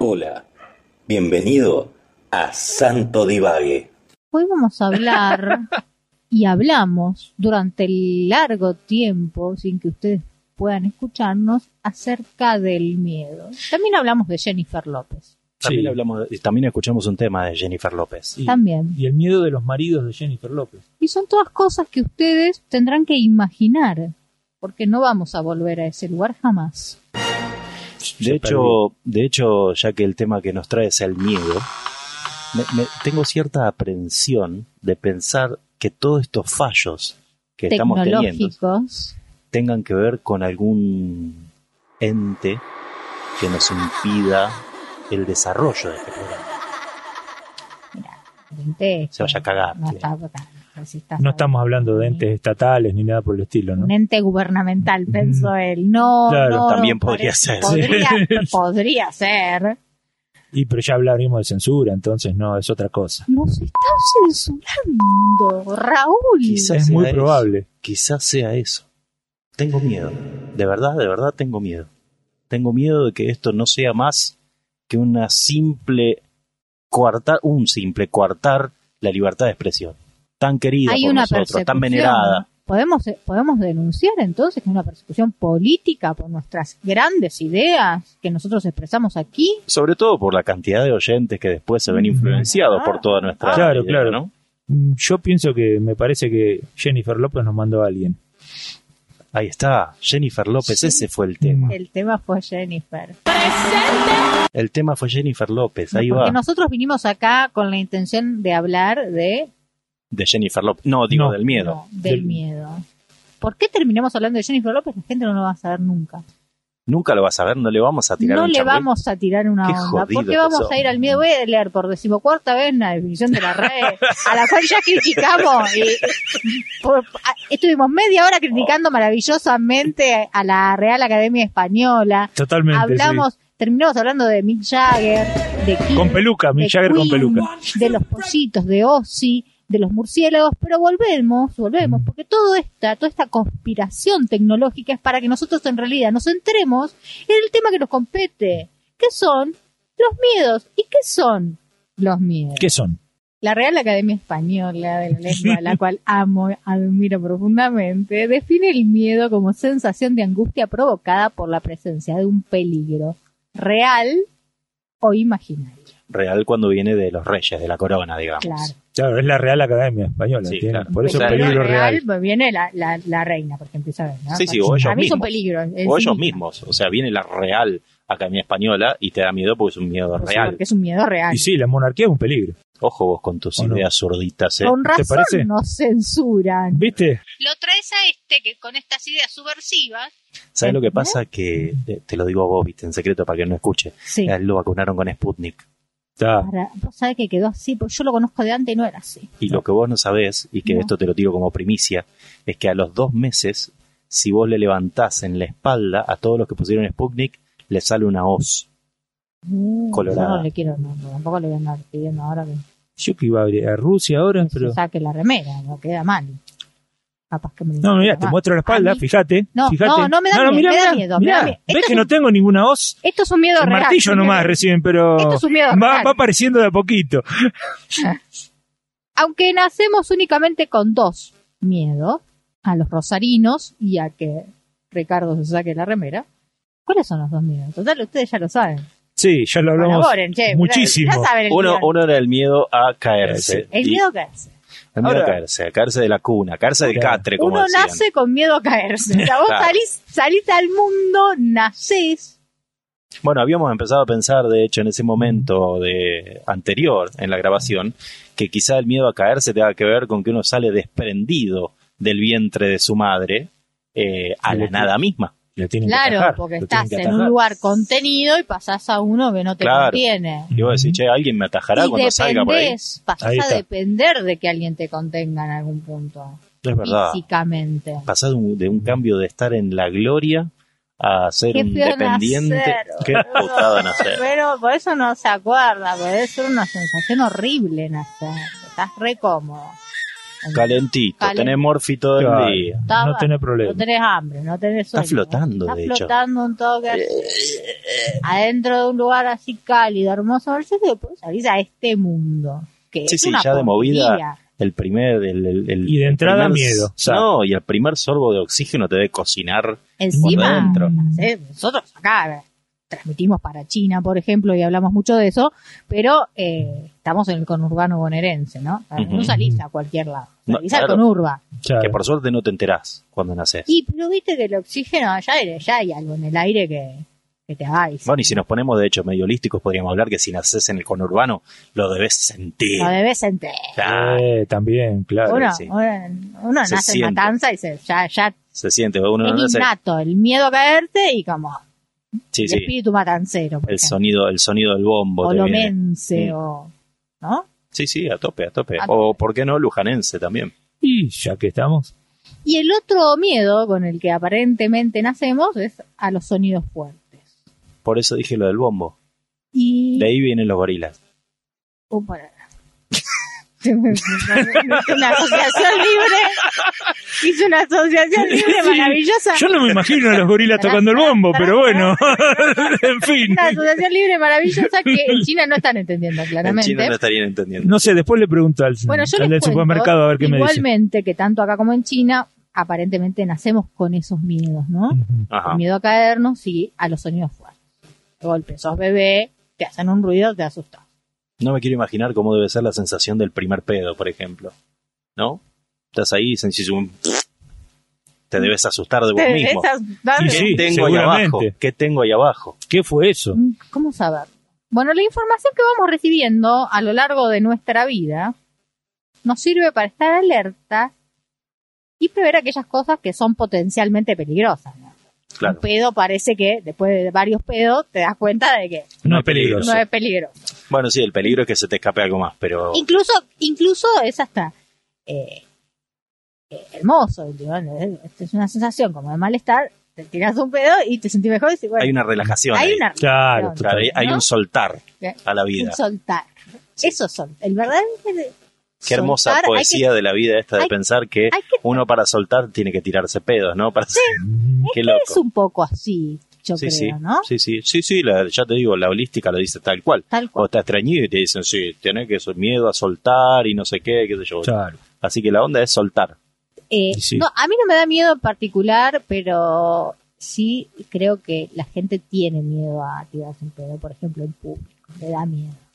Hola, bienvenido a Santo Divague. Hoy vamos a hablar y hablamos durante largo tiempo, sin que ustedes puedan escucharnos, acerca del miedo. También hablamos de Jennifer López. También, Sí. hablamos, de- también escuchamos un tema de Jennifer López. Y, También. y el miedo de los maridos de Jennifer López. Y son todas cosas que ustedes tendrán que imaginar, porque no vamos a volver a ese lugar jamás. De hecho, de hecho, ya que el tema que nos trae es el miedo, me- me- tengo cierta aprensión de pensar que todos estos fallos que estamos teniendo Tecnológicos. tengan que ver con algún ente que nos impida el desarrollo de este programa. Ente, Se vaya a cagar, No, sí. está- está- si estás- No estamos hablando de entes estatales ni nada por el estilo, ¿no? Un ente gubernamental, pensó Mm. él. No, Claro, no, también no, podría parece- ser. Podría, podría ser. Y pero ya hablaríamos de censura, entonces no, es otra cosa. Nos están censurando, Raúl. Quizás Es sea muy eso. probable. Quizás sea eso. Tengo miedo. De verdad, de verdad tengo miedo. Tengo miedo de que esto no sea más que una simple coartar, un simple coartar la libertad de expresión. Tan querida Hay por una nosotros, persecución. tan venerada. Podemos, eh, podemos denunciar entonces que es una persecución política por nuestras grandes ideas que nosotros expresamos aquí. Sobre todo por la cantidad de oyentes que después se ven influenciados Ah, por toda nuestra. claro, idea, claro. ¿no? Mm, Yo pienso que me parece que Jennifer López nos mandó a alguien. Ahí está, Jennifer López, ese fue el tema. El tema fue Jennifer. El tema fue Jennifer López, Pues ahí Porque va. nosotros vinimos acá con la intención de hablar de De Jennifer López. No, digo No. del miedo. No, del, Del- miedo. ¿Por qué terminamos hablando de Jennifer López? La gente no lo va a saber nunca. Nunca lo vas a ver, no le vamos a tirar No un le chapulín. vamos a tirar una Qué onda. jodido Porque que vamos sos. a ir al miedo. Voy a leer por decimocuarta vez la definición de la red, a la cual ya criticamos. y por- a- estuvimos media hora criticando maravillosamente a la Real Academia Española. Totalmente. sí. Hablamos, terminamos hablando de Mick Jagger, de King, Con peluca, Mick de Jagger con Queen, peluca. De los pollitos, de Ozzy, de los murciélagos, pero volvemos, volvemos, Mm. porque todo esta, toda esta conspiración tecnológica es para que nosotros en realidad nos centremos en el tema que nos compete, que son los miedos. ¿Y qué son los miedos? ¿Qué son? La Real Academia Española de la Lengua, la cual amo, admiro profundamente, define el miedo como sensación de angustia provocada por la presencia de un peligro real o imaginario. real cuando viene de los reyes, de la corona, digamos. Claro. Claro, es la Real Academia Española. Sí, tiene- claro. Por eso O sea, Peligro peligro real. pues, Viene la, la, la reina, por ejemplo, ¿sabes? no? Sí, sí, Para- o ellos Para mí es un mismos. peligro. en O sí mismo. ellos mismos. O sea, viene la real Academia Española y te da miedo porque es un miedo Por real. Pues Porque es un miedo real. Y sí, la monarquía es un peligro. Ojo vos con tus ¿O no? ideas zurditas. eh. Con razón parece? nos censuran. ¿Viste? Lo traes a este que con estas ideas subversivas. ¿Sabes lo que pasa? Que eh, te lo digo a vos, viste, en secreto para que no escuche. Sí. A él lo vacunaron con Sputnik. Está. Para, vos sabés que quedó así, porque yo lo conozco de antes y no era así. Y lo que vos no sabés, y que No. esto te lo tiro como primicia, es que a los dos meses, si vos le levantás en la espalda a todos los que pusieron Sputnik, le sale una hoz. Colorada. Yo no le quiero, no, no, tampoco le voy a andar pidiendo ahora que Yo que iba a ir a Rusia ahora, pero. se saque la remera, no queda mal. Capaz que me No, mira, mirá, te muestro la espalda, fíjate. Ah, No, fíjate. no, no me da miedo, me da miedo, me da miedo. ¿Ves Esto que es no un- tengo ninguna hoz? Esto es un miedo El real. martillo nomás recién, pero Esto es un miedo va, real. va apareciendo de a poquito. Aunque nacemos únicamente con dos miedo a los rosarinos y a que Ricardo se saque la remera. ¿Cuáles son los dos miedos? Total, ustedes ya lo saben. Sí, ya lo hablamos. Colaboren, che, muchísimo. Ya saben el Uno, miedo. uno era el miedo a caerse. el Y- miedo que hace. el miedo Ahora- a caerse, a caerse de la cuna, a caerse del Claro. catre, como Uno decían. nace con miedo a caerse. O sea, vos Claro. salís, salís al mundo, nacés. Bueno, habíamos empezado a pensar, de hecho, en ese momento de anterior en la grabación, que quizá el miedo a caerse tenga que ver con que uno sale desprendido del vientre de su madre eh, a la nada misma. Lo tienen que Claro, atajar, porque lo estás tienen en que un atajar. lugar contenido y pasás a uno que no te Claro. contiene. Y vos decís, che, alguien me atajará Y cuando salga por ahí. dependés, pasás Ahí a está. depender de que alguien te contenga en algún punto, No es verdad. físicamente. Pasás de un, de un cambio de estar en la gloria a ser Qué un feo dependiente. nacer, Qué boludo. putada nacer. Pero por eso no se acuerda, porque es una sensación horrible nacer. Estás re cómodo. Calentito, Calent- tenés morfi todo Claro, el día. Está no bueno. tenés No problema. tenés hambre, no tenés Está sueño. flotando, Está de hecho. flotando en todo caso. Adentro de un lugar así cálido, hermoso, a ver si después salís a este mundo. Que Sí, es sí, una ya de movida. porquería. El primer, el, el- el- Y de el entrada primer- miedo, ya. No, y el primer sorbo de oxígeno te debe cocinar. Encima, adentro. ¿sí? nosotros acá transmitimos para China, por ejemplo, y hablamos mucho de eso, pero eh, estamos en el conurbano bonaerense, ¿no? No Ujú. salís a cualquier lado, No, salís al claro. conurba. Claro. Que por suerte no te enterás cuando naces. Y pero viste que el oxígeno, ya, hay- ya hay algo en el aire que, que te va y Bueno, y si nos ponemos de hecho medio holísticos, podríamos hablar que si naces en el conurbano, lo debes sentir. lo debes sentir. Ah, Eh, también, claro. Uno, sí. uno- uno Se nace siente. en matanza y se, ya, ya se siente, uno no es nace. innato el miedo a caerte y como Sí, el sí. espíritu matancero. por El ejemplo. sonido, el sonido del bombo. o te viene. lomense, Mm. o. ¿No? Sí, sí, a tope, a tope. A O, ¿por qué no, lujanense también? Y ya que estamos, Y el otro miedo con el que aparentemente nacemos es a los sonidos fuertes. Por eso dije lo del bombo. Y. De ahí vienen los gorilas. Oh, para. Hice una asociación libre. Hice una asociación libre Sí. maravillosa. yo no me imagino a los gorilas tocando el bombo, pero bueno, en fin. Una asociación libre maravillosa que en China no están entendiendo En claramente. China no estarían entendiendo. No sé, después le pregunto al, Bueno, yo al les del cuento, supermercado a ver qué me dice. Igualmente que tanto acá como en China, aparentemente nacemos con esos miedos, ¿no? Ujú. Ajá. Con miedo a caernos y a los sonidos fuertes. De golpe, sos bebé, te hacen un ruido, te asustas. No me quiero imaginar cómo debe ser la sensación del primer pedo, por ejemplo. ¿No? Estás ahí, sentís un... Te debes asustar de vos Te- mismo. esas- dame- ¿Qué Sí, sí, tengo ahí abajo? seguramente. ¿Qué tengo ahí abajo? ¿Qué fue eso? ¿Cómo saber? Bueno, la información que vamos recibiendo a lo largo de nuestra vida nos sirve para estar alerta y prever aquellas cosas que son potencialmente peligrosas. ¿no? Un Claro. pedo parece que después de varios pedos te das cuenta de que No No es peligroso. no es peligroso. Bueno, sí, el peligro es que se te escape algo más, pero... incluso incluso es hasta eh, eh, hermoso digo, eh, es una sensación como de malestar te tiras un pedo y te sentís mejor y dices, bueno, Hay una relajación. hay ahí. una Claro, Claro, hay, hay ¿no? un soltar Bien. a la un vida. soltar eso es sol el verdadero Qué hermosa soltar, hay que- poesía de la vida esta de hay- pensar que hay que- uno para soltar tiene que tirarse pedos, ¿no? Para... Qué loco. es un poco así yo sí, creo sí, no sí, sí, sí, sí, la- ya te digo, la holística lo dice tal cual. tal O cual estás extrañido y te dicen, sí, tenés que so- miedo a soltar y no sé qué, qué sé yo. Claro. Así que la onda es soltar. Eh, Sí. no a mí no me da miedo en particular pero sí creo que la gente tiene miedo a tirarse un pedo por ejemplo en público le da miedo